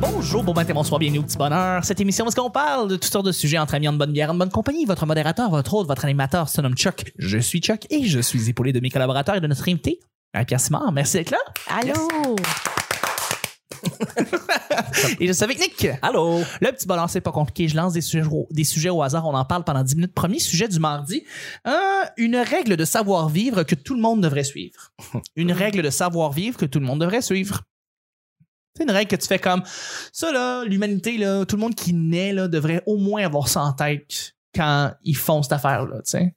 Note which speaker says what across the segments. Speaker 1: Bonjour, bon matin, bonsoir, bienvenue au petit bonheur. Cette émission, où est-ce qu'on parle de toutes sortes de sujets entre amis, en bonne bière, en bonne compagnie. Votre modérateur, votre hôte, votre animateur se nomme Chuck. Je suis Chuck et je suis épaulé de mes collaborateurs et de notre invité, Marie-Pierre Simard. Merci d'être là.
Speaker 2: Allô?
Speaker 1: Et je suis avec Nick.
Speaker 3: Allô?
Speaker 1: Le petit bonheur, c'est pas compliqué. Je lance des sujets, au, des sujets au hasard. On en parle pendant 10 minutes. Premier sujet du mardi. Un- une règle de savoir-vivre que tout le monde devrait suivre. Une règle de savoir-vivre que tout le monde devrait suivre. C'est une règle que tu fais comme ça, là, l'humanité, là, tout le monde qui naît, là, devrait au moins avoir ça en tête quand ils font cette affaire-là, tu sais.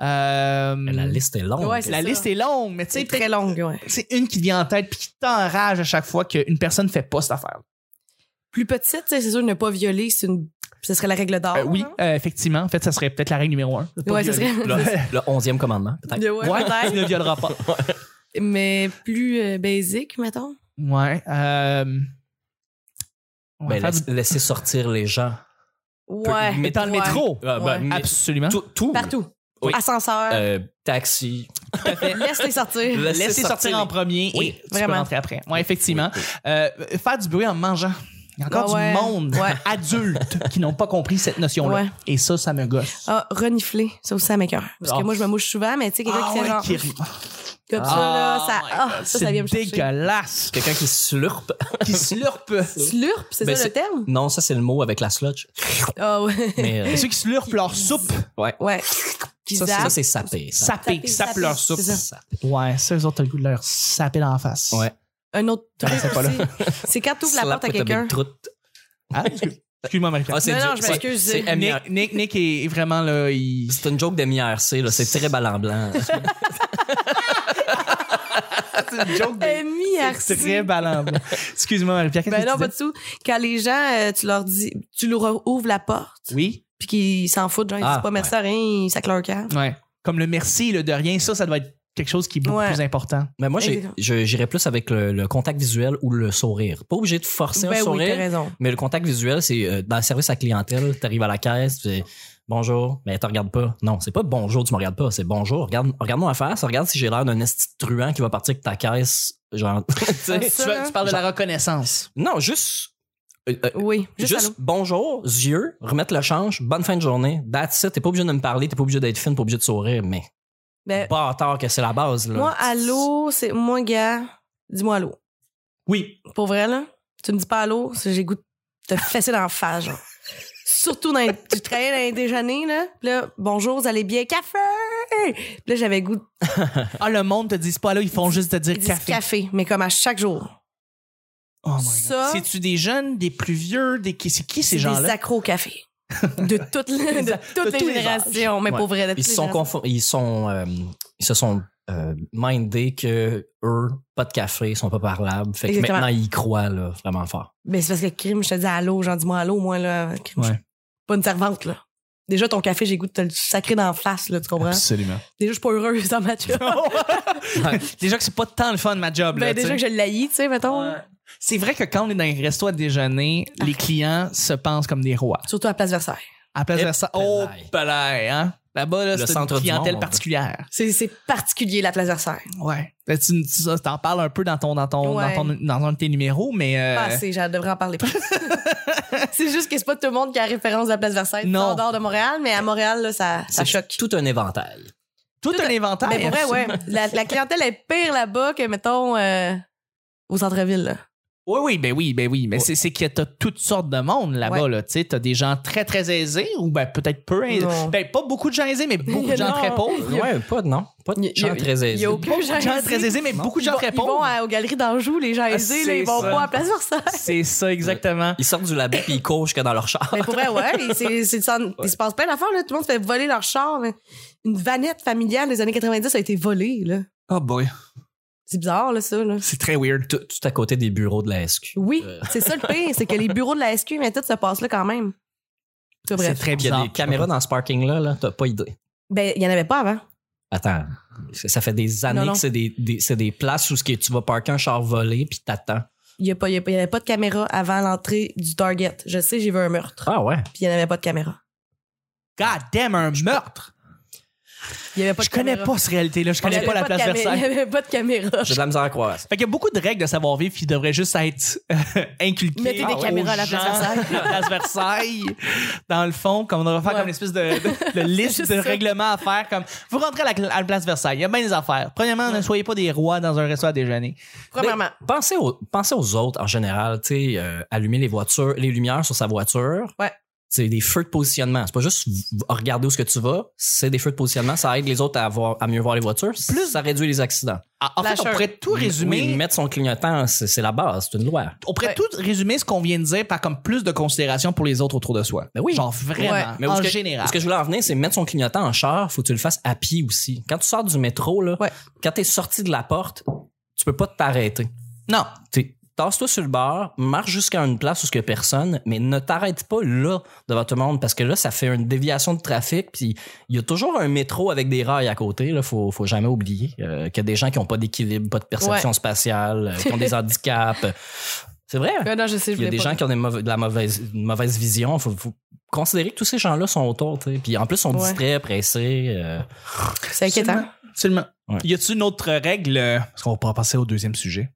Speaker 1: Euh,
Speaker 3: La liste est longue.
Speaker 2: Ouais, c'est
Speaker 1: la
Speaker 2: ça.
Speaker 1: liste est longue, mais tu sais,
Speaker 2: C'est très long, ouais.
Speaker 1: c'est une qui te vient en tête puis qui t'enrage à chaque fois qu'une personne fait pas cette affaire.
Speaker 2: Plus petite, tu sais, c'est sûr, ne pas violer, c'est une... ce serait la règle d'or.
Speaker 1: Euh, oui,
Speaker 2: hein?
Speaker 1: euh, effectivement. En fait, ça serait peut-être la règle numéro un.
Speaker 2: Ouais, ça serait.
Speaker 3: Le, le onzième commandement, peut-être.
Speaker 2: De- ouais,
Speaker 1: Ouais,
Speaker 2: peut-être.
Speaker 1: tu ne violeras pas.
Speaker 2: Mais plus euh, basic, mettons.
Speaker 1: Ouais. euh, on va
Speaker 3: Ben,
Speaker 1: faire
Speaker 3: laisse-
Speaker 1: du-
Speaker 3: laisser sortir les gens.
Speaker 2: Ouais.
Speaker 3: mais
Speaker 1: dans le
Speaker 2: ouais.
Speaker 1: métro.
Speaker 3: Ah, ben,
Speaker 2: Ouais.
Speaker 3: mais-
Speaker 1: Absolument.
Speaker 3: Tout. tout.
Speaker 2: Partout.
Speaker 3: Oui.
Speaker 2: Ascenseur.
Speaker 3: Euh, taxi.
Speaker 2: Laisse-les sortir.
Speaker 3: Laisse-
Speaker 1: Laissez sortir
Speaker 3: sortir.
Speaker 1: en premier
Speaker 3: Oui,
Speaker 1: et tu peux
Speaker 2: vraiment.
Speaker 1: rentrer après. Ouais, effectivement.
Speaker 3: Oui,
Speaker 1: Euh, faire du bruit en mangeant. Il y a encore
Speaker 2: Ah Ouais,
Speaker 1: du
Speaker 2: ouais.
Speaker 1: monde
Speaker 2: Ouais.
Speaker 1: adulte qui n'ont pas compris cette notion-là.
Speaker 2: Ouais.
Speaker 1: Et ça, ça me gosse.
Speaker 2: Ah, renifler, ça aussi, ça m'écoeure. Parce que
Speaker 1: Ah.
Speaker 2: moi, je me mouche souvent, mais tu sais, quelqu'un
Speaker 1: Ah
Speaker 2: qui fait
Speaker 1: ouais,
Speaker 2: genre.
Speaker 1: qui-
Speaker 2: Comme ça,
Speaker 1: Ah,
Speaker 2: là, ça.
Speaker 1: my
Speaker 2: ah,
Speaker 1: God,
Speaker 2: ça, ça vient me
Speaker 1: C'est
Speaker 2: chercher.
Speaker 1: dégueulasse.
Speaker 3: Quelqu'un qui slurpe.
Speaker 1: qui slurpe.
Speaker 2: Slurp, c'est
Speaker 3: Ben,
Speaker 2: ça
Speaker 3: c'est-
Speaker 2: le terme?
Speaker 3: Non, ça, c'est le mot avec la sludge.
Speaker 2: Ah, ouais.
Speaker 3: Mais euh,
Speaker 1: Ceux qui slurpent leur soupe,
Speaker 2: Ouais. Qui
Speaker 3: ça, c'est- ça,
Speaker 2: zappe.
Speaker 3: c'est sapé. ça.
Speaker 1: sapé,
Speaker 2: Saper,
Speaker 1: sapent
Speaker 2: saper,
Speaker 1: leur soupe.
Speaker 2: c'est ça.
Speaker 3: Sapé.
Speaker 1: Ouais, ça, eux autres, t'as le goût de leur saper dans la face.
Speaker 3: Ouais.
Speaker 2: Un autre truc.
Speaker 1: Ah, c'est pas là.
Speaker 2: aussi, C'est quand t'ouvres la
Speaker 3: Slap
Speaker 2: porte à
Speaker 3: with a big
Speaker 2: quelqu'un.
Speaker 3: trout.
Speaker 1: Ah, excuse- Excuse-moi, marie
Speaker 3: Ah, c'est
Speaker 2: Non,
Speaker 3: du-
Speaker 2: non, je
Speaker 3: c'est-
Speaker 2: m'excuse.
Speaker 3: c'est
Speaker 2: Nick-
Speaker 3: MIRC.
Speaker 1: Nick, Nick, Nick est vraiment là. Il...
Speaker 3: C'est une joke de MIRC, là. C'est très ballant blanc.
Speaker 1: C'est une joke de-
Speaker 2: Ami
Speaker 1: C'est très ballant. blanc. Excuse-moi, Marie-Pierre. qu'est-ce
Speaker 2: Ben
Speaker 1: que
Speaker 2: non,
Speaker 1: tu
Speaker 2: pas
Speaker 1: disais?
Speaker 2: du tout. Quand les gens, euh, tu leur dis, tu leur ouvres la porte,
Speaker 1: Oui.
Speaker 2: puis qu'ils s'en foutent, genre, ils
Speaker 3: Ah,
Speaker 2: disent pas merci à rien, ils sacent leur cœur.
Speaker 1: Ouais. Comme le merci, le de rien, ça, ça doit être quelque chose qui est beaucoup
Speaker 2: Ouais.
Speaker 1: plus important.
Speaker 3: Mais moi, j'ai-
Speaker 2: Exactement.
Speaker 3: je- j'irais plus avec le, le contact visuel ou le sourire. Pas obligé de forcer un
Speaker 2: Ben oui, t'as
Speaker 3: sourire,
Speaker 2: raison.
Speaker 3: mais le contact visuel, c'est euh, dans le service à clientèle, t'arrives à la caisse, tu fais bonjour, mais t'en regardes pas. Non, c'est pas bonjour, tu me regardes pas, c'est bonjour, regarde, regarde-moi en face, regarde si j'ai l'air d'un esti de truand qui va partir avec ta caisse. Genre, tu sais.
Speaker 2: Ah, ça, là.
Speaker 1: parles de la reconnaissance.
Speaker 3: non, juste. euh, euh,
Speaker 2: Oui, juste,
Speaker 3: Juste,
Speaker 2: allô.
Speaker 3: bonjour, yeux, remettre le change, bonne fin de journée, that's it. T'es pas obligé de me parler, t'es pas obligé d'être fine, pas obligé de sourire, mais
Speaker 2: Ben,
Speaker 3: pas tard que c'est la base. Là.
Speaker 2: moi, allô, c'est moi, gars, dis-moi allô.
Speaker 1: Oui.
Speaker 2: Pour vrai, là, tu me dis pas allô, c'est- j'ai le goût de te fesser dans la face, genre. Surtout dans les, tu travaillais dans les déjeuners, là. Puis là, bonjour, vous allez bien, café! Puis là, j'avais le goût de
Speaker 1: Ah, le monde te dit pas là, ils font juste te dire
Speaker 2: dire
Speaker 1: café.
Speaker 2: café. mais comme à chaque jour.
Speaker 1: Oh my God.
Speaker 2: Ça-
Speaker 1: C'est-tu des jeunes, des plus vieux, des... qui- c'est qui ces
Speaker 2: Des
Speaker 1: gens-là?
Speaker 2: accros au café. De toutes les, de toutes les
Speaker 1: tous les
Speaker 2: générations, mais
Speaker 1: Ouais.
Speaker 2: pour vrai, de
Speaker 3: ils
Speaker 2: toutes
Speaker 3: se
Speaker 2: les
Speaker 3: sont
Speaker 2: générations.
Speaker 3: confo- ils sont euh, ils se sont euh, mindés que eux pas de café ils sont pas parlables fait que
Speaker 2: Exactement.
Speaker 3: maintenant ils y croient là, vraiment fort
Speaker 2: Ben, c'est parce que crime, je te dis allô, genre dis-moi allô, moi, là. Crime,
Speaker 1: Ouais.
Speaker 2: je suis pas une servante, là. Déjà, ton café, j'ai goût de te le sacrer dans la face, là, tu comprends?
Speaker 1: Absolument.
Speaker 2: Déjà, je suis pas heureuse dans ma job.
Speaker 1: déjà que c'est pas tant le fun, ma job. là, tu
Speaker 2: ben,
Speaker 1: sais.
Speaker 2: déjà que je l'haïs, tu sais, mettons.
Speaker 1: Ouais. C'est vrai que quand on est dans un resto à déjeuner, les clients se pensent comme des rois.
Speaker 2: Surtout à Place Versailles.
Speaker 1: À la place de
Speaker 3: Et
Speaker 1: ça,
Speaker 3: palais.
Speaker 1: oh, palais, hein? Là-bas, là,
Speaker 3: Le
Speaker 1: c'est une
Speaker 3: centre du
Speaker 1: clientèle
Speaker 3: monde.
Speaker 1: particulière.
Speaker 2: C'est, c'est particulier, la Place Versailles.
Speaker 1: Ouais. Ben, tu tu- ça, t'en parles un peu dans ton, dans ton,
Speaker 2: Ouais. Ah,
Speaker 1: dans ton- dans un de tes numéros, mais. euh,
Speaker 2: Pas assez, j'en devrais en parler plus. c'est juste que c'est pas tout le monde qui a référence à la Place Versailles.
Speaker 1: Non.
Speaker 2: En dehors de Montréal, mais à Montréal, là, ça, ça
Speaker 3: c'est
Speaker 2: choque.
Speaker 3: tout un éventail
Speaker 1: tout
Speaker 2: tout
Speaker 1: un
Speaker 2: a-
Speaker 1: inventaire.
Speaker 2: Mais pour vrai, ouais. La, la clientèle est pire là-bas que, mettons, euh, au centre-ville, là.
Speaker 1: Oui, oui, ben oui, ben oui. Mais
Speaker 3: Ouais.
Speaker 1: c'est- c'est que t'as toutes sortes de monde là-bas,
Speaker 2: Ouais.
Speaker 1: là. Tu sais, t'as des gens très, très aisés, ou ben peut-être peu aisés.
Speaker 2: Non.
Speaker 1: Ben, pas beaucoup de gens aisés, mais beaucoup de gens
Speaker 2: Non.
Speaker 1: très pauvres.
Speaker 2: y a-
Speaker 3: ouais pas non pas de
Speaker 2: Il y a-
Speaker 3: gens très
Speaker 2: Il
Speaker 3: aisés
Speaker 2: y a aucun
Speaker 1: Beaucoup de gens très aisés, mais beaucoup de gens
Speaker 2: Ils vont-
Speaker 1: très
Speaker 2: Ils vont
Speaker 1: pauvres.
Speaker 2: à- aux galeries d'Anjou, les gens aisés, là,
Speaker 1: c'est
Speaker 2: ils vont
Speaker 1: ça.
Speaker 2: pas à Place Versailles.
Speaker 1: C'est ça, exactement.
Speaker 3: ils sortent du labo puis ils courent jusque dans leur char
Speaker 2: Mais pour vrai, ouais, et c'est, c'est, ça- il se passe plein d'affaires, là. Tout le monde se fait voler leur char. là. Une vanette familiale des années 90 a été volée, là.
Speaker 1: Oh boy.
Speaker 2: C'est bizarre, là, ça, là.
Speaker 1: C'est très weird.
Speaker 3: tout, tout à côté des bureaux de la SQ
Speaker 2: Oui,
Speaker 3: Euh.
Speaker 2: c'est ça le pire, c'est que les bureaux de la SQ, mais tout se passe là quand même. Tout
Speaker 1: C'est
Speaker 2: bref.
Speaker 1: très
Speaker 3: il y a
Speaker 1: bizarre.
Speaker 3: des caméras dans ce parking là là t'as pas idée
Speaker 2: Ben, il y en avait pas avant.
Speaker 3: attends ça ça fait des années
Speaker 2: Non, non.
Speaker 3: que c'est des, des- c'est des places où ce que tu vas parker un char volé puis t'attends
Speaker 2: Il y, a pas, il y a pas- il y avait pas de caméra avant l'entrée du Target. Je sais, j'ai vu un meurtre,
Speaker 3: ah ouais
Speaker 2: puis il y en avait pas de caméra.
Speaker 1: God damn, un meurtre!
Speaker 2: Il y avait pas
Speaker 1: je
Speaker 2: de caméra.
Speaker 1: connais pas cette réalité-là. Je
Speaker 2: Il y
Speaker 1: connais
Speaker 2: avait
Speaker 1: pas la
Speaker 2: de
Speaker 1: place
Speaker 2: caméra-
Speaker 1: Versailles.
Speaker 2: Il n'y avait pas de caméra.
Speaker 3: J'ai de la misère à croire à ça.
Speaker 1: Fait qu'il y a beaucoup de règles de savoir-vivre qui devraient juste être euh, inculquées.
Speaker 2: Mettez des
Speaker 1: aux
Speaker 2: caméras à la place
Speaker 1: gens
Speaker 2: Versailles.
Speaker 1: à la place Versailles. Dans le fond, comme on devrait faire
Speaker 2: Ouais.
Speaker 1: comme une espèce de, de- de liste
Speaker 2: juste
Speaker 1: de
Speaker 2: ça.
Speaker 1: règlements à faire. Comme vous rentrez à la, à la place Versailles, il y a bien des affaires. Premièrement, ne soyez pas des rois dans un resto à déjeuner.
Speaker 2: Premièrement.
Speaker 3: Pensez aux, pensez aux autres en général, tu sais, euh, allumer les voitures, les lumières sur sa voiture.
Speaker 2: Ouais.
Speaker 3: C'est des feux de positionnement. C'est pas juste v- regarder où ce que tu vas, c'est des feux de positionnement. Ça aide les autres à, voir, à mieux voir les voitures. Plus ça réduit les accidents.
Speaker 1: Ah, En fait,
Speaker 2: Flasher.
Speaker 1: on pourrait tout résumer.
Speaker 3: Oui, mettre son clignotant, c'est c'est la base, c'est une loi.
Speaker 1: on pourrait
Speaker 2: Ouais.
Speaker 1: tout résumer ce qu'on vient de dire par comme plus de considération pour les autres autour de soi.
Speaker 3: Ben oui.
Speaker 1: Genre vraiment,
Speaker 2: Ouais.
Speaker 3: Mais où
Speaker 1: en
Speaker 3: ce que-
Speaker 1: général.
Speaker 3: Ce que je voulais en venir, c'est mettre son clignotant en char, faut que tu le fasses à pied aussi. Quand tu sors du métro, là,
Speaker 2: Ouais.
Speaker 3: quand t'es sorti de la porte, tu peux pas t'arrêter.
Speaker 1: Non.
Speaker 3: T'es- Tasse-toi sur le bord, marche jusqu'à une place où il y a personne, mais ne t'arrête pas là devant tout le monde parce que là, ça fait une déviation de trafic. Puis il y a toujours un métro avec des rails à côté. Là, faut, faut jamais oublier euh, qu'il y a des gens qui ont pas d'équilibre, pas de perception spatiale, euh, qui ont des handicaps. C'est vrai. hein?
Speaker 2: Ouais, Ben non, je sais, je
Speaker 3: Il y a
Speaker 2: voulais
Speaker 3: des
Speaker 2: pas.
Speaker 3: gens qui ont des mauvais- de la mauvaise, une mauvaise vision. Faut, faut considérer que tous ces gens-là sont autour. tu sais. Puis en plus, ils sont
Speaker 2: Ouais.
Speaker 3: distraits, pressés. euh.
Speaker 2: C'est inquiétant.
Speaker 1: Absolument.
Speaker 3: Ouais.
Speaker 1: Y a-t-il une autre règle? euh, Parce qu'on va pouvoir passer au deuxième sujet.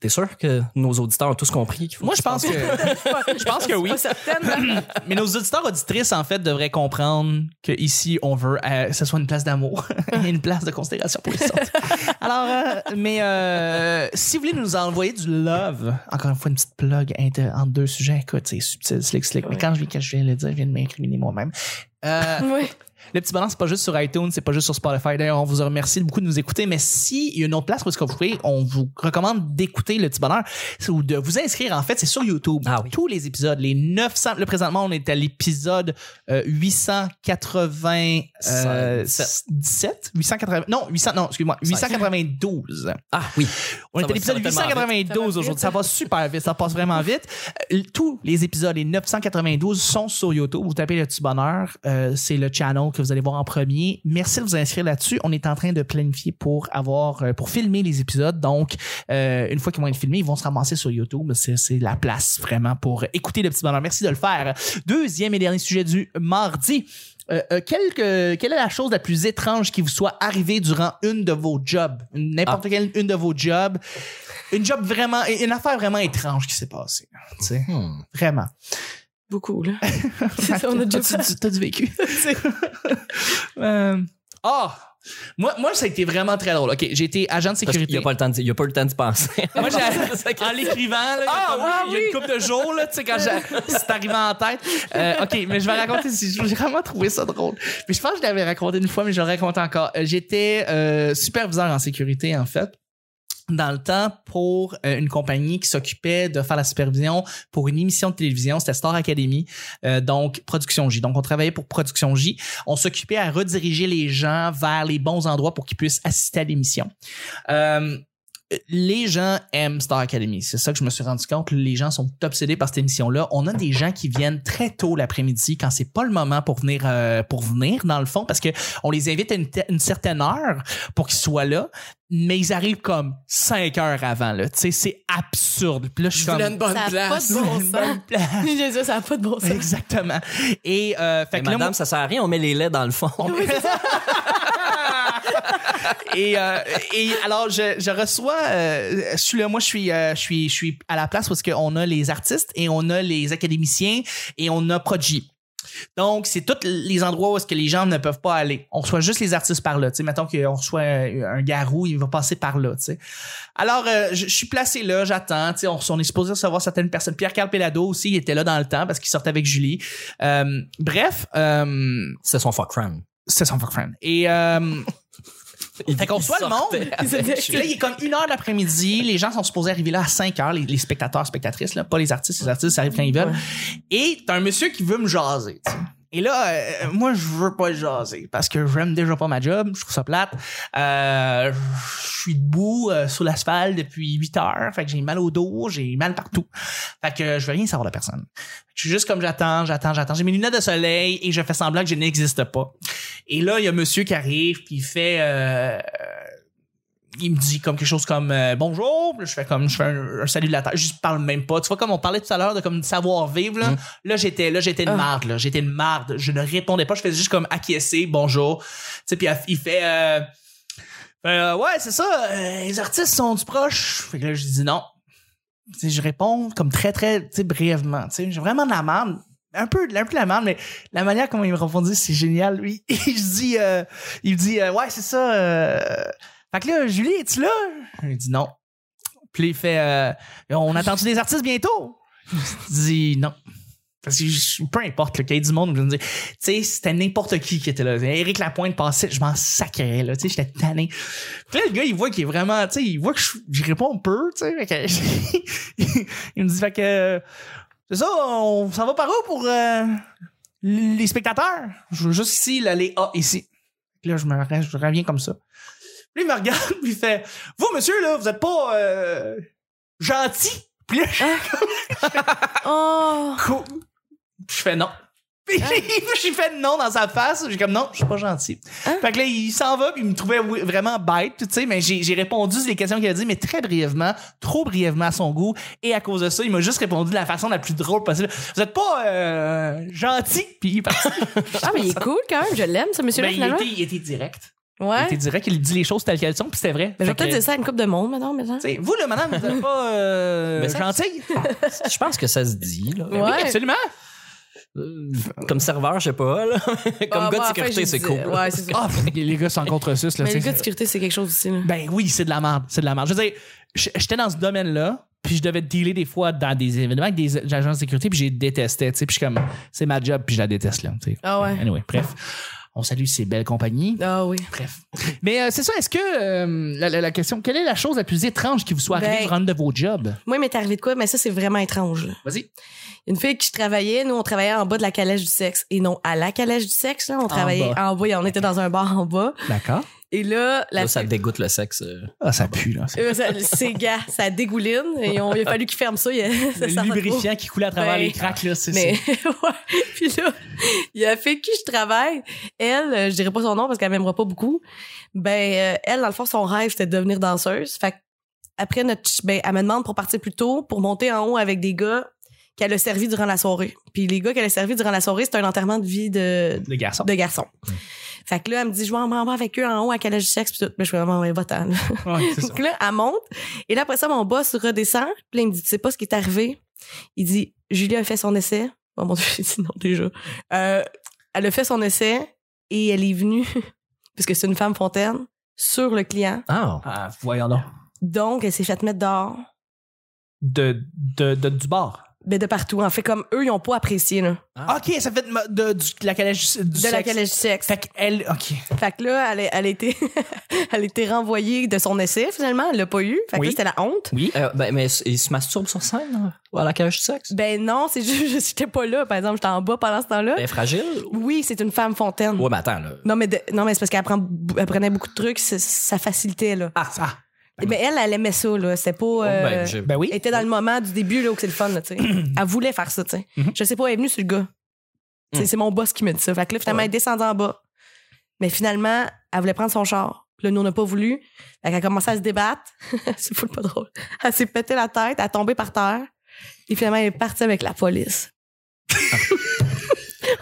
Speaker 3: T'es sûr que nos auditeurs ont tous compris qu'il faut.
Speaker 1: Moi, je pense que.
Speaker 2: je
Speaker 1: pense que oui.
Speaker 2: Pas certaine. là.
Speaker 1: Mais nos auditeurs auditrices, en fait, devraient comprendre que ici on veut euh, que ce soit une place d'amour et une place de considération pour les autres. Alors, euh, mais euh, si vous voulez nous envoyer du love, encore une fois, une petite plug inter- entre deux sujets, écoute, c'est subtil, slick, slick. Mais
Speaker 2: Ouais.
Speaker 1: quand je, quand je viens de le dire, je viens de m'incriminer moi-même. Euh,
Speaker 2: Oui.
Speaker 1: le petit bonheur, c'est pas juste sur iTunes, c'est pas juste sur Spotify. D'ailleurs, on vous remercie beaucoup de nous écouter. Mais s'il y a une autre place où est-ce que vous pouvez, on vous recommande d'écouter le petit bonheur c'est- ou de vous inscrire. En fait, c'est sur YouTube.
Speaker 3: Ah oui.
Speaker 1: Tous les épisodes, les 900. Là, présentement, on est à l'épisode euh, 897. euh,
Speaker 3: Cinq,
Speaker 1: 17? 880. Non, 800, non, excuse-moi. 892.
Speaker 3: Ah oui.
Speaker 1: On
Speaker 3: Ça
Speaker 1: est à
Speaker 3: va- ça
Speaker 1: l'épisode
Speaker 3: va tellement vite.
Speaker 1: 892
Speaker 2: Ça va
Speaker 1: aujourd'hui.
Speaker 2: vite.
Speaker 1: Ça va super vite, ça passe vraiment vite. Euh, Tous les épisodes, les 992, sont sur YouTube. Vous tapez le petit bonheur. euh, c'est le channel que vous allez voir en premier. Merci de vous inscrire là-dessus. On est en train de planifier pour avoir, euh, pour filmer les épisodes. Donc, euh, une fois qu'ils vont être filmés, ils vont se ramasser sur YouTube. C'est c'est la place vraiment pour écouter le petit bonheur. Merci de le faire. Deuxième et dernier sujet du mardi. Euh, euh, quelle, que- quelle est la chose la plus étrange qui vous soit arrivée durant une de vos jobs? Une- N'importe quelle une de vos jobs. Une job vraiment, une affaire vraiment étrange qui s'est passée. Tu sais,
Speaker 3: Hmm.
Speaker 1: vraiment.
Speaker 2: Beaucoup, là. C'est ça, on a déjà
Speaker 1: T'as- t'as- T'as du vécu. tu sais. Euh, Ah! moi, moi, ça a été vraiment très drôle. OK, j'ai été agent de
Speaker 3: Parce qu'il
Speaker 1: sécurité.
Speaker 3: n'y a pas le temps de- il y a pas le temps d'y penser.
Speaker 1: Moi, j'ai, en l'écrivant, là, il y a
Speaker 2: Ah,
Speaker 1: comme-
Speaker 2: ah
Speaker 1: il y a
Speaker 2: oui!
Speaker 1: une couple de jours, là, tu sais, quand j'ai- c'est arrivé en tête. Euh, OK, mais je vais raconter, si- j'ai vraiment trouvé ça drôle. Mais je pense que je l'avais raconté une fois, mais je le raconte encore. Euh, J'étais euh, superviseur en sécurité, en fait, dans le temps pour euh, une compagnie qui s'occupait de faire la supervision pour une émission de télévision, c'était Star Academy, euh, donc Production J. Donc, on travaillait pour Production J. On s'occupait à rediriger les gens vers les bons endroits pour qu'ils puissent assister à l'émission. Euh, les gens aiment Star Academy. C'est ça que je me suis rendu compte. Les gens sont obsédés par cette émission-là. On a des gens qui viennent très tôt l'après-midi quand c'est pas le moment pour venir, euh, pour venir dans le fond, parce que on les invite à une, te- une certaine heure pour qu'ils soient là, mais ils arrivent comme cinq heures avant. Là, tu sais, c'est absurde. Puis là, je suis comme-
Speaker 2: Ça n'a pas de bon sens. Je dis, ça n'a pas de bon sens.
Speaker 1: Exactement. Et euh, fait
Speaker 3: Mais
Speaker 1: que là,
Speaker 3: madame, ça sert à rien, on met les laits dans le fond.
Speaker 1: et, euh, et alors je, je reçois euh, je suis là moi je suis euh, je suis je suis à la place parce qu'on a les artistes et on a les académiciens et on a Prodigy. Donc, c'est tous les endroits où est-ce que les gens ne peuvent pas aller. On reçoit juste les artistes par là. Tu sais, mettons qu'on reçoit un, un garou, il va passer par là. tu sais. Alors, euh, je, je suis placé là, j'attends. Tu sais, on, on est supposé recevoir certaines personnes. Pierre Carpelado aussi, il était là dans le temps parce qu'il sortait avec Julie. Euh, bref, euh,
Speaker 3: C'est son fuck friend.
Speaker 1: c'est son fuck friend. Et euh,
Speaker 3: Il
Speaker 1: fait qu'on reçoit le
Speaker 3: sortait
Speaker 1: monde.
Speaker 3: avec-
Speaker 1: Puis là, il est comme une heure de l'après-midi. Les gens sont supposés arriver là à 5 heures, les, les spectateurs, spectatrices, là, pas les artistes. Les artistes arrivent quand ils veulent. Et t'as un monsieur qui veut me jaser. tu sais. Et là, euh, moi, je veux pas jaser parce que j'aime déjà pas ma job. Je trouve ça plate. Euh, je suis debout euh, sous l'asphalte depuis 8 heures. Fait que j'ai mal au dos, j'ai mal partout. Fait que euh, je veux rien savoir de personne. Je suis juste comme j'attends, j'attends, j'attends. J'ai mes lunettes de soleil et je fais semblant que je n'existe pas. Et là, il y a un monsieur qui arrive puis il fait... euh, il me dit comme quelque chose comme euh, bonjour, Puis là, je fais comme je fais un, un salut de la tête, je lui parle même pas. Tu vois comme on parlait tout à l'heure de comme savoir vivre là,
Speaker 3: Mm.
Speaker 1: là j'étais là j'étais une
Speaker 2: Ah.
Speaker 1: marde là, j'étais une marde, je ne répondais pas, je faisais juste comme acquiescer, bonjour. Tu sais puis elle- il fait euh, Euh, ouais, c'est ça, euh, les artistes sont du proche. Fait que là je dis non. Tu sais, je réponds comme très très tu sais brièvement, tu sais, j'ai vraiment de la merde. Un peu, un peu de la merde, mais la manière comment il me répondit, c'est génial, lui. Il dit, euh, il me dit, euh, ouais, c'est ça, euh, fait que là, Julie, es-tu là? Il dit non. Puis il fait euh, On attend-tu des artistes bientôt? Il dit non. Parce que je- peu importe, le cahier du monde, je me dis, tu sais, c'était n'importe qui qui était là. Éric Lapointe passait, je m'en sacrais, là, tu sais, j'étais tanné. Puis là, le gars, il voit qu'il est vraiment, tu sais, il voit que je, je réponds un peu, tu sais, fait que- il me dit, fait que, c'est ça, on, ça va par où pour euh, les spectateurs? Je veux juste ici, là, les A, ici. Là, je me re- je reviens comme ça. Puis il me regarde, puis il fait Vous, monsieur, là, vous êtes pas euh, gentil. Puis là, je,
Speaker 2: Oh!
Speaker 1: cou- je fais non. Puis j'ai fait non dans sa face. J'ai comme non, je suis pas gentil.
Speaker 2: Hein?
Speaker 1: Fait que là, il s'en va, puis il me trouvait oui- vraiment bête, tu sais. Mais j'ai j'ai répondu sur les questions qu'il a dit, mais très brièvement, trop brièvement à son goût. Et à cause de ça, il m'a juste répondu de la façon la plus drôle possible. Vous êtes pas euh, gentil. Puis il est parti.
Speaker 2: Ah, mais il est cool quand même, je l'aime, ce monsieur-là,
Speaker 1: Ben, il,
Speaker 2: finalement.
Speaker 1: était, il était direct. Il
Speaker 2: Ouais.
Speaker 1: était direct, il dit les choses telles qu'elles sont, puis c'était vrai. Fait
Speaker 2: Mais je vais peut-être
Speaker 1: que-
Speaker 2: dire ça à une coupe de monde, maintenant, maintenant.
Speaker 1: Tu sais, vous, le madame, vous n'êtes pas euh,
Speaker 3: Mais ça-
Speaker 1: gentille?
Speaker 3: Je pense que ça se dit, là.
Speaker 2: Ouais.
Speaker 1: Oui, absolument.
Speaker 3: Euh, Comme serveur, je sais pas, là. Comme
Speaker 1: Bah,
Speaker 2: Ah,
Speaker 3: gars
Speaker 2: moi,
Speaker 3: de
Speaker 2: à la
Speaker 3: sécurité,
Speaker 2: fin, j'ai
Speaker 3: c'est
Speaker 2: dit,
Speaker 3: cool.
Speaker 2: Ouais, c'est ça.
Speaker 1: Ah, pff, les gars sont en contre-sus. là,
Speaker 2: Mais
Speaker 1: tu
Speaker 2: le
Speaker 1: sais.
Speaker 2: gars de sécurité, c'est quelque chose aussi, là.
Speaker 1: Ben oui, c'est de la merde. C'est de la merde. Je veux dire, je- j'étais dans ce domaine-là, puis je devais dealer des fois dans des événements avec des agents de sécurité, puis j'ai détesté. tu sais, Puis je suis comme, c'est ma job, puis je la déteste. Là, tu sais.
Speaker 2: Ah ouais.
Speaker 1: Anyway, bref. On salue ces belles compagnies.
Speaker 2: Ah oui.
Speaker 1: Bref. Mais euh, c'est ça, est-ce que euh, la, la- la question, quelle est la chose la plus étrange qui vous soit arrivée
Speaker 2: Ben-
Speaker 1: durant un de vos jobs?
Speaker 2: Moi, il m'est arrivé de quoi? Mais ça, c'est vraiment étrange, là.
Speaker 1: Vas-y.
Speaker 2: Une fille qui travaillait, nous, on travaillait en bas de la calèche du sexe. Et non, à la calèche du sexe, là, on travaillait en bas.
Speaker 1: bas.
Speaker 2: et on était dans un bar en bas.
Speaker 1: D'accord.
Speaker 2: Et là, la
Speaker 3: Là, ça dégoûte le sexe. euh.
Speaker 1: Ah, ça pue, là.
Speaker 2: Euh, ça- c'est gars, ça dégouline. Et on- il a fallu qu'ils ferment ça. Il, a- ça
Speaker 1: Le
Speaker 2: sort pas trop.
Speaker 1: lubrifiant qui coulait à travers
Speaker 2: Ben,
Speaker 1: les craques, là, c'est
Speaker 2: Mais ouais. Puis là, il y a fait qui je travaille. Elle, euh, je dirais pas son nom parce qu'elle m'aimera pas beaucoup. Ben, euh, elle, dans le fond, son rêve, c'était de devenir danseuse. Fait que après notre. ch- Ben, elle me demande pour partir plus tôt, pour monter en haut avec des gars qu'elle a servi durant la soirée. Puis les gars qu'elle a servi durant la soirée, c'était un enterrement de vie de,
Speaker 1: Le garçon.
Speaker 2: de garçon.
Speaker 1: Mmh.
Speaker 2: Fait que là, elle me dit, je vais en m'en vais avec eux en haut à calèche du sexe. Puis tout. Mais je suis vraiment, ouais, va-t'en.
Speaker 1: Ouais, c'est ça.
Speaker 2: Donc là, elle monte. Et là, après ça, mon boss redescend. Puis là, il me dit, tu sais pas ce qui est arrivé. Il dit, Julie a fait son essai. Oh mon Dieu, j'ai dit non déjà. Euh, elle a fait son essai et elle est venue, puisque c'est une femme fontaine, sur le client.
Speaker 3: Ah,
Speaker 1: Ah, voyons donc.
Speaker 2: Donc, elle s'est faite mettre dehors.
Speaker 1: De, de, de- du bar.
Speaker 2: Ben, de partout. En fait, comme eux, ils ont pas apprécié, là.
Speaker 3: Ah.
Speaker 1: OK, ça fait de, ma- de- du- de la calèche du
Speaker 2: De
Speaker 1: sexe.
Speaker 2: la calèche du sexe.
Speaker 1: Fait qu'elle... OK.
Speaker 2: Fait que là, elle a, elle a été, elle a été renvoyée de son essai, finalement. Elle l'a pas eu. Fait que
Speaker 1: Oui.
Speaker 2: là, c'était la honte.
Speaker 1: Oui.
Speaker 3: Euh, ben, mais il se masturbe sur scène, hein, ou à la cage du sexe.
Speaker 2: Ben, non, c'est juste, j'étais pas là. Par exemple, j'étais en bas pendant ce temps-là.
Speaker 1: Ben,
Speaker 3: Elle est Ben, fragile.
Speaker 2: Oui, c'est une femme fontaine.
Speaker 3: Ouais, mais attends, là.
Speaker 1: euh,
Speaker 2: Non, mais, de- non, mais c'est parce qu'elle prend- elle prenait beaucoup de trucs, ça- ça facilitait, là.
Speaker 1: Ah, ça.
Speaker 2: Mais elle, elle aimait ça, là. C'était pas.
Speaker 3: Oh, ben,
Speaker 2: euh,
Speaker 3: j'ai-
Speaker 1: Ben oui.
Speaker 2: elle était dans le moment du début, là, où c'est le fun, là, tu sais. elle voulait faire ça, tu sais.
Speaker 1: Mhm.
Speaker 2: Je sais pas, elle est venue sur le gars. Tu sais, C'est mon boss qui me dit ça. Fait que là, finalement,
Speaker 3: Ouais.
Speaker 2: elle descendait en bas. Mais finalement, elle voulait prendre son char. Puis Là, nous, on n'a pas voulu. Fait qu'elle a commencé à se débattre. c'est fou, pas drôle. Elle s'est pété la tête, elle a tombé par terre. Et finalement, elle est partie avec la police.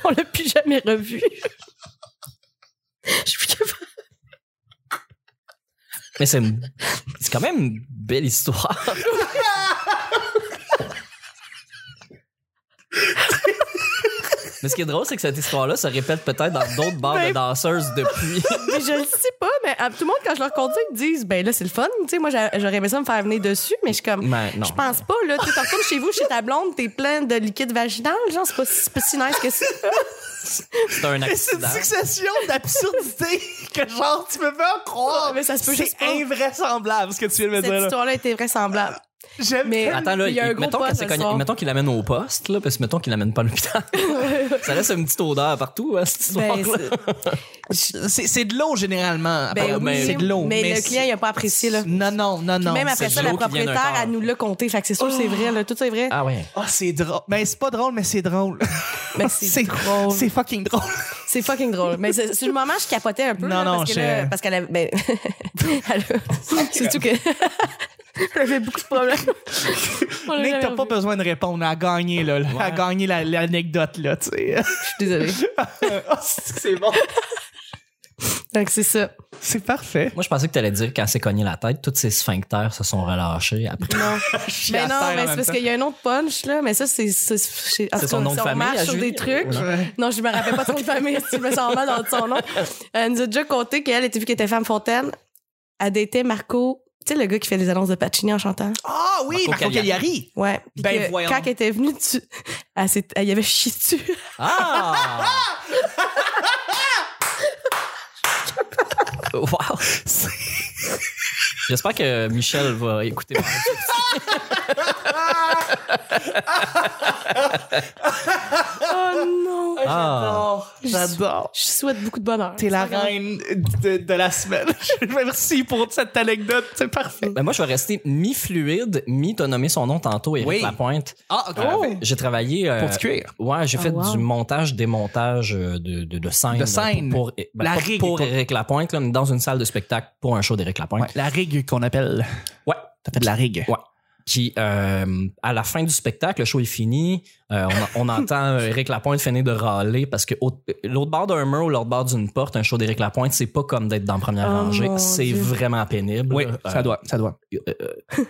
Speaker 2: on l'a plus jamais revue. Je suis plus capable.
Speaker 3: Mais c'est une- c'est quand même une belle histoire. mais ce qui est drôle, c'est que cette histoire-là se répète peut-être dans d'autres bars de
Speaker 2: Ben-
Speaker 3: danseuses depuis.
Speaker 2: Mais je le sais pas, mais euh, tout le monde, quand je leur conduis, ils me disent, ben là, c'est le fun. Tu sais, moi, j'a- j'aurais aimé ça me faire venir dessus, mais je suis comme,
Speaker 3: Mais Ben, non.
Speaker 2: je pense pas, là. Tu sais, t'en retournes chez vous, chez ta blonde, t'es plein de liquide vaginal. Genre, c'est pas, si- c'est pas si nice que ça.
Speaker 3: Ben C'est un
Speaker 1: C'est une
Speaker 3: accident.
Speaker 1: succession d'absurdités que genre tu peux pas croire.
Speaker 2: Mais ça se peut
Speaker 1: C'est
Speaker 2: juste pas.
Speaker 1: invraisemblable ce que tu viens de me
Speaker 2: Cette
Speaker 1: dire. là.
Speaker 2: histoire-là était vraisemblable.
Speaker 1: J'aime
Speaker 2: Mais-
Speaker 1: tellement-
Speaker 3: Attends, là,
Speaker 2: Il y a un
Speaker 3: il-
Speaker 2: gros
Speaker 3: mettons
Speaker 2: poids
Speaker 3: qu'elle s'est
Speaker 2: ce
Speaker 3: cognée-
Speaker 2: soir.
Speaker 3: mettons qu'il l'amène au poste, là, parce que mettons qu'il l'amène pas à l'hôpital. ça laisse une petite odeur partout, hein, cette histoire
Speaker 2: Ben,
Speaker 1: C'est c'est de l'eau généralement.
Speaker 2: Ben
Speaker 1: apparemment.
Speaker 2: oui,
Speaker 1: c'est de l'eau.
Speaker 2: Mais, le
Speaker 1: c'est-
Speaker 2: client, il a pas apprécié, là.
Speaker 1: Non, non, non, non.
Speaker 2: Même après
Speaker 3: c'est
Speaker 2: ça,
Speaker 3: de l'eau
Speaker 2: la
Speaker 3: qui vient d'un
Speaker 2: propriétaire,
Speaker 3: corps.
Speaker 2: elle nous l'a compté. Fait que c'est sûr, c'est vrai, là. Tout ça est vrai.
Speaker 3: Ah ouais.
Speaker 1: Ah, c'est drôle. Mais c'est pas drôle, mais c'est drôle.
Speaker 2: Mais Ben, c'est
Speaker 1: C'est-
Speaker 2: drôle.
Speaker 1: c'est fucking drôle.
Speaker 2: C'est fucking drôle. Mais c'est c'est le moment je capotais un peu.
Speaker 1: Non,
Speaker 2: là,
Speaker 1: non,
Speaker 2: parce que
Speaker 1: je-
Speaker 2: là, parce qu'elle avait. Ben, elle a- Surtout que. elle avait beaucoup de problèmes. On l'a
Speaker 1: Nick, t'as
Speaker 2: jamais
Speaker 1: pas
Speaker 2: revu.
Speaker 1: besoin de répondre. Elle a gagné, là. là. Elle a
Speaker 3: Ouais.
Speaker 1: gagné la- l'anecdote, là, tu sais.
Speaker 2: Je suis désolée.
Speaker 1: Ah, c'est bon.
Speaker 2: Donc, c'est ça.
Speaker 1: C'est parfait.
Speaker 3: Moi, je pensais que t'allais dire qu'elle s'est cognée la tête, tous ses sphincters se sont relâchés après.
Speaker 2: Non.
Speaker 1: Chier
Speaker 2: mais
Speaker 1: à
Speaker 2: Ben non,
Speaker 1: terre en
Speaker 2: mais c'est
Speaker 1: même
Speaker 2: parce
Speaker 1: temps.
Speaker 2: qu'il y a un autre punch, là. Mais ça, c'est. C'est c'est- en
Speaker 3: C'est
Speaker 2: tout
Speaker 3: son
Speaker 2: cas,
Speaker 3: nom
Speaker 2: si
Speaker 3: de
Speaker 2: on
Speaker 3: famille, à
Speaker 2: marche sur
Speaker 3: Julie,
Speaker 2: des trucs.
Speaker 3: ou
Speaker 1: Ouais.
Speaker 2: Non, je me rappelle pas de son famille, si tu me sens mal dans son nom. Euh, Elle nous a déjà conté qu'elle était vu qu'elle était femme fontaine. Elle datait Marco, tu sais, le gars qui fait les annonces de Pacini en chantant.
Speaker 1: Ah oui,
Speaker 3: Marco
Speaker 1: Marco Cagliari.
Speaker 2: Ouais. Puis
Speaker 1: Ben
Speaker 2: que
Speaker 1: voyons.
Speaker 2: quand elle était venue, tu... elle, s'est- elle y avait chié dessus.
Speaker 3: Ah! wow! J'espère que Michel va écouter.
Speaker 2: Oh non!
Speaker 1: J'adore. Ah. J'adore.
Speaker 2: Je souhaite beaucoup de bonheur.
Speaker 1: T'es la reine de, de la semaine. Je te remercie pour cette anecdote. C'est parfait.
Speaker 3: Ben moi, je vais rester mi-fluide, mi t'as nommé son nom tantôt, Éric
Speaker 1: Oui.
Speaker 3: Lapointe.
Speaker 1: Ah, ok.
Speaker 3: Euh, J'ai travaillé... euh,
Speaker 1: Pour te cuire.
Speaker 3: Ouais, j'ai
Speaker 2: Ah,
Speaker 3: fait
Speaker 2: wow.
Speaker 3: du montage, démontage euh, de, de, de scènes.
Speaker 1: De scènes.
Speaker 3: Pour, pour- ben,
Speaker 1: La
Speaker 3: pas
Speaker 1: rigue.
Speaker 3: pour Éric Lapointe, là, mais dans une salle de spectacle pour un show d'Éric Lapointe.
Speaker 1: Ouais, la rigue qu'on appelle.
Speaker 3: Ouais.
Speaker 1: T'as fait de la rigue.
Speaker 3: Ouais. Puis euh, à la fin du spectacle, le show est fini. Euh, on, on entend Eric Lapointe finir de râler parce que au- l'autre bord d'un mur ou l'autre bord d'une porte, un show d'Eric Lapointe, c'est pas comme d'être dans la première
Speaker 2: Oh
Speaker 3: rangée.
Speaker 2: mon
Speaker 3: C'est
Speaker 2: Dieu.
Speaker 3: vraiment pénible.
Speaker 1: Oui,
Speaker 3: Euh,
Speaker 1: ça doit, ça doit.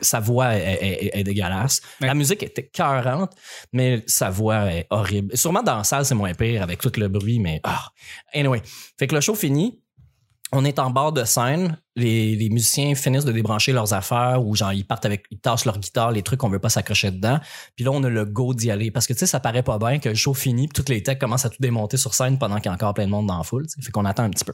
Speaker 3: sa voix est, est- est- est dégueulasse. La
Speaker 1: Ouais.
Speaker 3: musique était cœurante, mais sa voix est horrible. Sûrement dans la salle, c'est moins pire avec tout le bruit, mais ah. anyway. Fait que le show fini. On est en bord de scène, les, les musiciens finissent de débrancher leurs affaires ou genre ils partent avec, ils tassent leur guitare, les trucs qu'on veut pas s'accrocher dedans. Puis là on a le go d'y aller parce que tu sais ça paraît pas bien que le show finit, puis toutes les techs commencent à tout démonter sur scène pendant qu'il y a encore plein de monde dans la foule. tu sais. Fait qu'on attend un petit peu.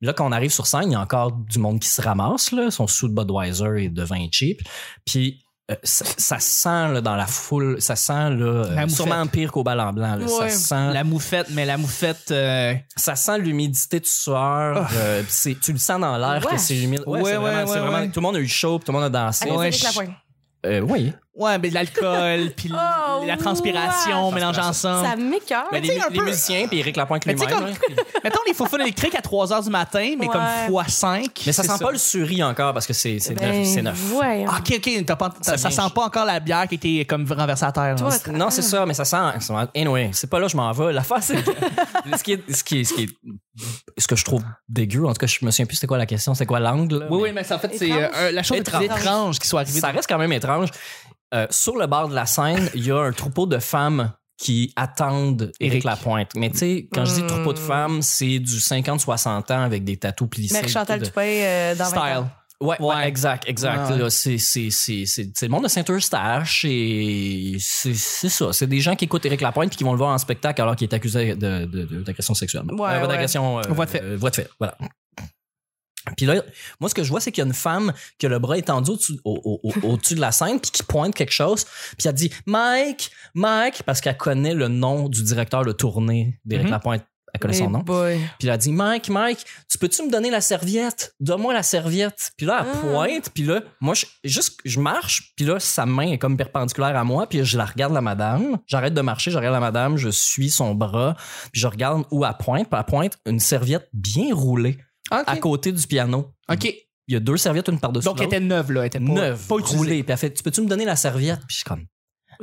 Speaker 3: Là, quand on arrive sur scène, il y a encore du monde qui se ramasse, là, Ils sont sous de Budweiser et de vin cheap. Puis euh, ça, ça sent là, dans la foule, ça sent là, euh,
Speaker 1: La moufette.
Speaker 3: sûrement pire qu'au bal en blanc. là.
Speaker 2: Ouais.
Speaker 3: Ça sent
Speaker 1: La moufette, mais la moufette. euh,
Speaker 3: ça sent l'humidité de sueur. euh, pis c'est- tu le sens dans l'air
Speaker 2: Ouais.
Speaker 3: que c'est humide.
Speaker 1: Ah. Ouais,
Speaker 3: c'est
Speaker 1: ouais,
Speaker 3: vraiment- c'est
Speaker 1: ouais,
Speaker 3: vraiment-
Speaker 1: ouais.
Speaker 3: Tout le monde a eu chaud, puis tout le monde a dansé.
Speaker 2: Avec
Speaker 1: Ouais,
Speaker 2: Éric
Speaker 1: je-
Speaker 2: Lapointe.
Speaker 3: Euh, oui.
Speaker 1: Ouais, mais de l'alcool, puis l-
Speaker 2: Oh,
Speaker 1: la transpiration
Speaker 3: ouais.
Speaker 1: mélangée ensemble.
Speaker 2: Ça m'écoeure.
Speaker 3: Mais
Speaker 1: tu
Speaker 3: les,
Speaker 1: sais, un
Speaker 3: les
Speaker 1: peu-
Speaker 3: musiciens, puis Eric Lapointe
Speaker 1: Mais tu sais,
Speaker 3: lui-même.
Speaker 1: comme-
Speaker 3: là, puis-
Speaker 1: Mettons les faux électriques à 3 h du matin, mais
Speaker 2: Ouais.
Speaker 1: comme fois 5.
Speaker 3: Mais ça sent pas le suri encore parce que c'est c'est
Speaker 2: Ben,
Speaker 1: Ben,
Speaker 3: neuf. c'est neuf.
Speaker 2: Ouais.
Speaker 1: Ah, ok, ok. t'as pas- t'as-
Speaker 3: Ça
Speaker 1: ça
Speaker 3: vient-
Speaker 1: sent pas encore la bière qui était comme renversée à terre.
Speaker 2: Toi,
Speaker 1: hein.
Speaker 2: tra-
Speaker 3: Non, c'est ça, mais ça sent. Anyway, c'est pas là que je m'en vais. L'affaire, c'est. ce, qui est, ce, qui est, ce qui est- ce que je trouve dégueu, en tout cas, je me souviens plus c'était quoi la question, c'était quoi l'angle. là,
Speaker 1: Oui,
Speaker 3: mais
Speaker 1: oui, mais ça, en fait, c'est
Speaker 2: Étrange.
Speaker 1: euh, la chose la plus
Speaker 3: Étrange.
Speaker 1: étrange qui soit arrivée.
Speaker 3: Ça reste quand même étrange. Euh, sur le bord de la scène, il y a un troupeau de femmes qui attendent Éric
Speaker 1: Éric.
Speaker 3: Lapointe. Mais tu sais, quand je dis troupeau de femmes, c'est du 50-60 ans avec des tatous plissés.
Speaker 2: Hmm. Mère Chantal
Speaker 3: de-
Speaker 2: Dupin euh, dans 20
Speaker 1: style.
Speaker 2: ans.
Speaker 3: Ouais, ouais, exact, exact.
Speaker 1: Ouais, ouais.
Speaker 3: Là, c'est, c'est, c'est, c'est, c'est le monde de Saint-Eustache et c'est, c'est ça. C'est des gens qui écoutent Éric Lapointe puis qui vont le voir en spectacle alors qu'il est accusé de, de- de- d'agression sexuelle.
Speaker 2: Ouais,
Speaker 3: Euh, pas
Speaker 2: ouais.
Speaker 3: d'agression. euh,
Speaker 1: Voie de fait.
Speaker 3: euh, voie de fait, voilà. Puis là, moi, ce que je vois, c'est qu'il y a une femme qui a le bras étendu au-dessus, au- au- au- au-dessus de la scène puis qui pointe quelque chose. Puis elle dit Mike, Mike, parce qu'elle connaît le nom du directeur de tournée d'Éric
Speaker 1: Mhm.
Speaker 3: Lapointe. Elle connaît
Speaker 2: Eh
Speaker 3: son nom.
Speaker 2: boy.
Speaker 3: Puis là, elle dit Mike, Mike, tu peux-tu me donner la serviette Donne-moi la serviette. Puis là, elle
Speaker 2: Ah.
Speaker 3: pointe. Puis là, moi, je, juste, je marche. Puis là, sa main est comme perpendiculaire à moi. Puis je la regarde, la madame. J'arrête de marcher, je regarde la madame, je suis son bras. Puis je regarde où elle pointe. Puis elle pointe une serviette bien roulée à
Speaker 1: Ok.
Speaker 3: côté du piano.
Speaker 1: Ok.
Speaker 3: Il y a deux serviettes, une par-dessus
Speaker 1: Donc, elle
Speaker 3: l'autre.
Speaker 1: était neuve, là. Elle était pas,
Speaker 3: neuve,
Speaker 1: pas utilisée.
Speaker 3: roulée. Puis elle fait Tu peux-tu me donner la serviette Puis je suis comme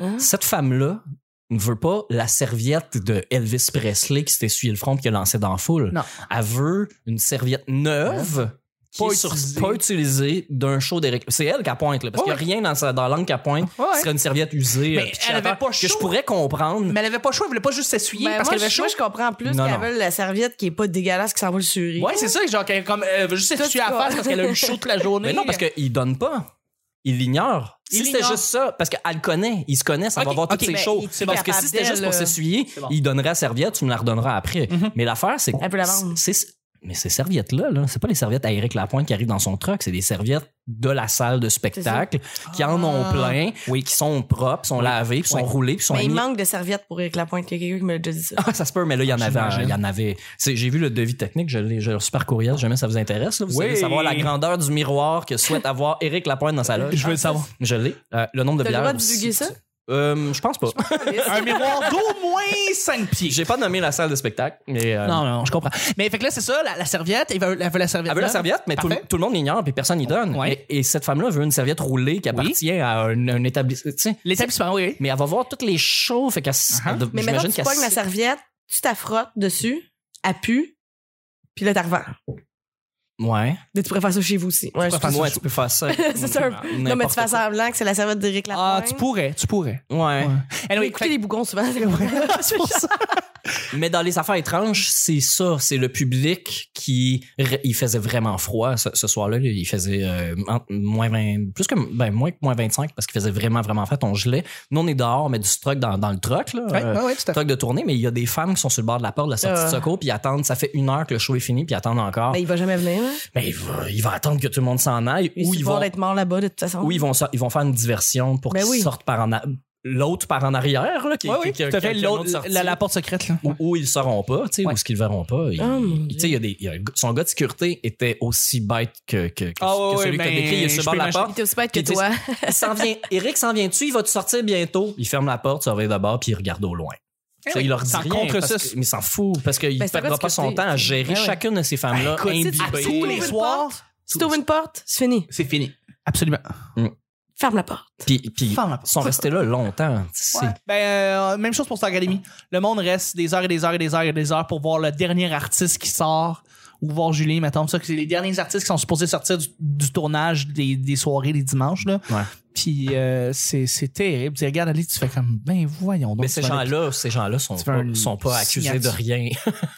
Speaker 2: Hein?
Speaker 3: cette femme-là ne veut pas la serviette de Elvis Presley qui s'est essuyé le front et qui a lancé dans la foule.
Speaker 1: Non.
Speaker 3: Elle veut une serviette neuve. Qui
Speaker 1: Pas
Speaker 3: est sur-
Speaker 1: utilisée. Oh,
Speaker 3: pas utilisée d'un show d'Éric. C'est elle qui la pointe, là, parce
Speaker 1: Ouais.
Speaker 3: qu'il n'y a rien dans, sa- dans la langue qu'elle pointe.
Speaker 1: Ouais.
Speaker 3: Ce serait une serviette usée.
Speaker 1: Mais
Speaker 3: euh, pitchée
Speaker 1: elle
Speaker 3: à
Speaker 1: avait
Speaker 3: terre,
Speaker 1: pas
Speaker 3: que
Speaker 1: chaud.
Speaker 3: je pourrais comprendre.
Speaker 1: Mais elle avait pas le choix, elle voulait pas juste s'essuyer
Speaker 2: Ben,
Speaker 1: parce
Speaker 2: moi,
Speaker 1: qu'elle avait
Speaker 2: je-
Speaker 1: chaud.
Speaker 2: moi, je comprends plus
Speaker 3: Non,
Speaker 2: qu'elle
Speaker 3: non.
Speaker 2: veut la serviette qui est pas dégueulasse, qui s'envoie le suri.
Speaker 1: Ouais, c'est ça, genre qu'elle comme, euh, veut juste s'essuyer à
Speaker 2: tu
Speaker 1: la
Speaker 2: vas-
Speaker 1: face parce qu'elle a eu chaud toute la journée.
Speaker 3: Mais non, parce qu'il ne donne pas. Il l'ignore.
Speaker 1: Il
Speaker 3: Si c'était
Speaker 1: l'ignore.
Speaker 3: juste ça, parce qu'elle connaît, ils se connaissent, elle
Speaker 1: Ok,
Speaker 3: va voir
Speaker 1: ok, ben,
Speaker 3: toutes
Speaker 1: mais
Speaker 3: ces choses.
Speaker 2: il- c'est
Speaker 3: Parce
Speaker 2: capable
Speaker 3: que si c'était
Speaker 2: d'elle,
Speaker 3: juste pour
Speaker 2: là.
Speaker 3: s'essuyer,
Speaker 1: bon.
Speaker 3: il donnerait la serviette, tu me la redonneras après. Mais l'affaire, c'est que
Speaker 2: Mhm. Elle peut la vendre.
Speaker 3: c'est- c'est- mais ces serviettes-là, là, c'est pas les serviettes à Éric Lapointe qui arrivent dans son truck, c'est des serviettes de la salle de spectacle qui en ont
Speaker 1: Ah.
Speaker 3: plein,
Speaker 1: Oui.
Speaker 3: qui sont propres, sont
Speaker 1: Oui.
Speaker 3: lavées, puis sont
Speaker 1: Oui.
Speaker 3: roulées, puis sont
Speaker 2: Mais il
Speaker 3: mises-
Speaker 2: manque de serviettes pour Éric Lapointe. Il y a quelqu'un qui me l'a déjà dit ça.
Speaker 3: Ah, ça se peut, mais là, il y en avait.
Speaker 1: J'imagine.
Speaker 3: Il y en avait. C'est- J'ai vu le devis technique, je l'ai j'ai reçu par courriel, si jamais ça vous intéresse. là. Vous
Speaker 1: Oui.
Speaker 3: savez savoir la grandeur du miroir que souhaite avoir Éric Lapointe dans sa loge.
Speaker 1: Je veux le savoir.
Speaker 3: Je l'ai. Euh, le nombre de
Speaker 2: T'as le
Speaker 3: bières.
Speaker 2: droit de
Speaker 3: aussi.
Speaker 2: divulguer ça?
Speaker 3: Euh, je pense pas.
Speaker 1: Un miroir d'au moins 5 pieds.
Speaker 3: J'ai pas nommé la salle de spectacle, mais. euh,
Speaker 1: Non, non, je comprends. Mais fait que là, c'est ça, la, la serviette, elle veut, elle veut la serviette.
Speaker 3: Elle veut la
Speaker 1: neuve.
Speaker 3: serviette, mais tout, le-
Speaker 1: Parfait.
Speaker 3: tout le monde l'ignore, puis personne n'y donne.
Speaker 1: Ouais.
Speaker 3: Et, et cette femme-là veut une serviette roulée qui appartient à un, un établissement. tu sais.
Speaker 1: L'établissement, oui. oui.
Speaker 3: Mais elle va voir toutes les shows, fait qu'elle. s-
Speaker 1: Uh-huh.
Speaker 3: elle de-
Speaker 2: Mais maintenant,
Speaker 3: j'imagine
Speaker 2: tu
Speaker 3: qu'elle
Speaker 2: pognes la
Speaker 3: s-
Speaker 2: serviette, tu t'affrottes dessus, elle pue, puis là, t'as revends.
Speaker 3: Ouais.
Speaker 2: Là, Tu pourrais faire ça chez vous aussi. Ouais, je
Speaker 1: pourrais faire
Speaker 3: Ouais, tu peux faire ça.
Speaker 2: C'est ça. Non, mais tu fais semblant que c'est la serviette d'Éric
Speaker 1: Ah,
Speaker 2: Lapointe.
Speaker 1: tu pourrais, tu pourrais.
Speaker 3: Ouais.
Speaker 1: Anyway,
Speaker 2: Écoutez les bougons souvent.
Speaker 1: c'est pour ça.
Speaker 3: Mais dans les affaires étranges, c'est ça, c'est le public qui il faisait vraiment froid ce, ce soir-là, là, il faisait euh, entre moins 20 plus que ben moins que moins 25 parce qu'il faisait vraiment vraiment froid, on gelait. Nous on est dehors, mais du truck dans, dans le truck là.
Speaker 1: Ouais,
Speaker 3: euh,
Speaker 1: ouais, ouais, tout à fait.
Speaker 3: truck de tournée, mais il y a des femmes qui sont sur le bord de la porte de la sortie
Speaker 2: Ah.
Speaker 3: de secours, puis ils attendent, ça fait une heure que le show est fini, puis ils attendent encore.
Speaker 2: Ben,
Speaker 3: Mais,
Speaker 2: il va jamais venir. hein.
Speaker 3: il, va, il va attendre que tout le monde s'en aille,
Speaker 2: Il
Speaker 3: ou
Speaker 2: est
Speaker 3: ils
Speaker 2: supposé
Speaker 3: vont,
Speaker 2: d'être mort là-bas, de toute façon.
Speaker 3: ou ils vont, so- ils vont faire une diversion pour
Speaker 2: Ben
Speaker 3: qu'ils
Speaker 2: oui.
Speaker 3: sortent par en a- l'autre par en arrière, là, qui,
Speaker 1: Ouais,
Speaker 3: qui-
Speaker 1: oui,
Speaker 3: qui-
Speaker 1: tout à
Speaker 3: qui-
Speaker 1: fait.
Speaker 3: qui-
Speaker 1: l'autre-
Speaker 3: l'autre sortie.
Speaker 1: la, la porte secrète, là.
Speaker 3: Ou, ou ils le sauront pas, tu sais,
Speaker 1: Ouais. Ah,
Speaker 3: ou ce qu'ils le verront pas. Ils-
Speaker 2: Oh, mon
Speaker 3: tu
Speaker 2: Dieu.
Speaker 3: sais, il y a des, il y a un gars- son gars de sécurité était aussi bête que, que, que-
Speaker 1: Ah ouais,
Speaker 3: que celui
Speaker 1: ouais,
Speaker 3: que t'as
Speaker 1: ben,
Speaker 3: décrit. Il est sur
Speaker 1: je
Speaker 3: le bord
Speaker 1: peux
Speaker 3: de la
Speaker 1: imaginer.
Speaker 3: porte.
Speaker 2: T'es aussi bête que
Speaker 3: Ils disent-
Speaker 2: toi.
Speaker 3: Il s'en vient. Eric s'en vient-tu? Il va te sortir bientôt? Il ferme la porte, surveille de bord, puis il regarde au loin.
Speaker 2: Eh
Speaker 3: Tu sais, il leur dit
Speaker 1: Sans
Speaker 3: rien
Speaker 1: contre
Speaker 3: parce
Speaker 1: ça.
Speaker 3: que- mais il s'en fout parce qu'il
Speaker 2: Ben,
Speaker 3: ne
Speaker 2: c'est
Speaker 3: perdra
Speaker 2: quoi
Speaker 3: pas
Speaker 2: ce
Speaker 3: son
Speaker 2: que
Speaker 3: temps à
Speaker 2: t'es-
Speaker 3: gérer
Speaker 2: Ben ouais.
Speaker 3: chacune de ces femmes-là
Speaker 1: Écoute,
Speaker 3: imbibées.
Speaker 1: à tous les
Speaker 2: Une
Speaker 1: soirs,
Speaker 2: Si t'ouvres une porte, c'est fini.
Speaker 1: c'est fini. Absolument.
Speaker 2: Ferme la porte.
Speaker 3: Puis, puis
Speaker 1: Ferme la porte.
Speaker 3: ils sont restés là longtemps. C'est-
Speaker 1: Ouais. Ben, euh, même chose pour Star Academy. Le monde reste des heures et des heures et des heures et des heures pour voir le dernier artiste qui sort ou voir Julien, mettons. Ça, que c'est les derniers artistes qui sont supposés sortir du, du tournage des, des soirées, des dimanches. Là.
Speaker 3: Ouais.
Speaker 1: Puis euh, c'est, c'est terrible. Tu regardes Ali, tu fais comme, ben voyons donc.
Speaker 3: Mais
Speaker 1: tu
Speaker 3: ces
Speaker 1: vas aller-
Speaker 3: gens-là, ces gens-là sont
Speaker 1: Tu fais
Speaker 3: pas,
Speaker 1: une
Speaker 3: sont pas accusés de
Speaker 1: signature.
Speaker 3: rien.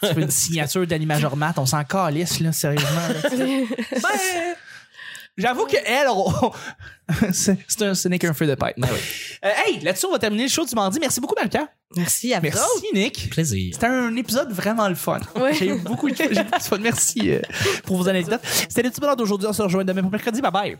Speaker 1: Tu fais une signature d'Annie Majormat, on s'en calisse, là, sérieusement. là. Ben, J'avoue que elle, on- c'est, c'est un, ce n'est qu'un feu de paille.
Speaker 3: Ben oui.
Speaker 1: Euh, hey, là-dessus, on va terminer le show du mardi. Merci beaucoup, Malka.
Speaker 2: Merci à vous
Speaker 1: Merci,
Speaker 2: autres.
Speaker 1: Nick.
Speaker 3: Plaisir.
Speaker 1: C'était un épisode vraiment le fun.
Speaker 2: Ouais.
Speaker 1: J'ai eu beaucoup, de- j'ai eu beaucoup de fun. Merci euh, pour vos anecdotes. C'était l'épisode d'aujourd'hui. On se rejoint demain pour mercredi. Bye bye.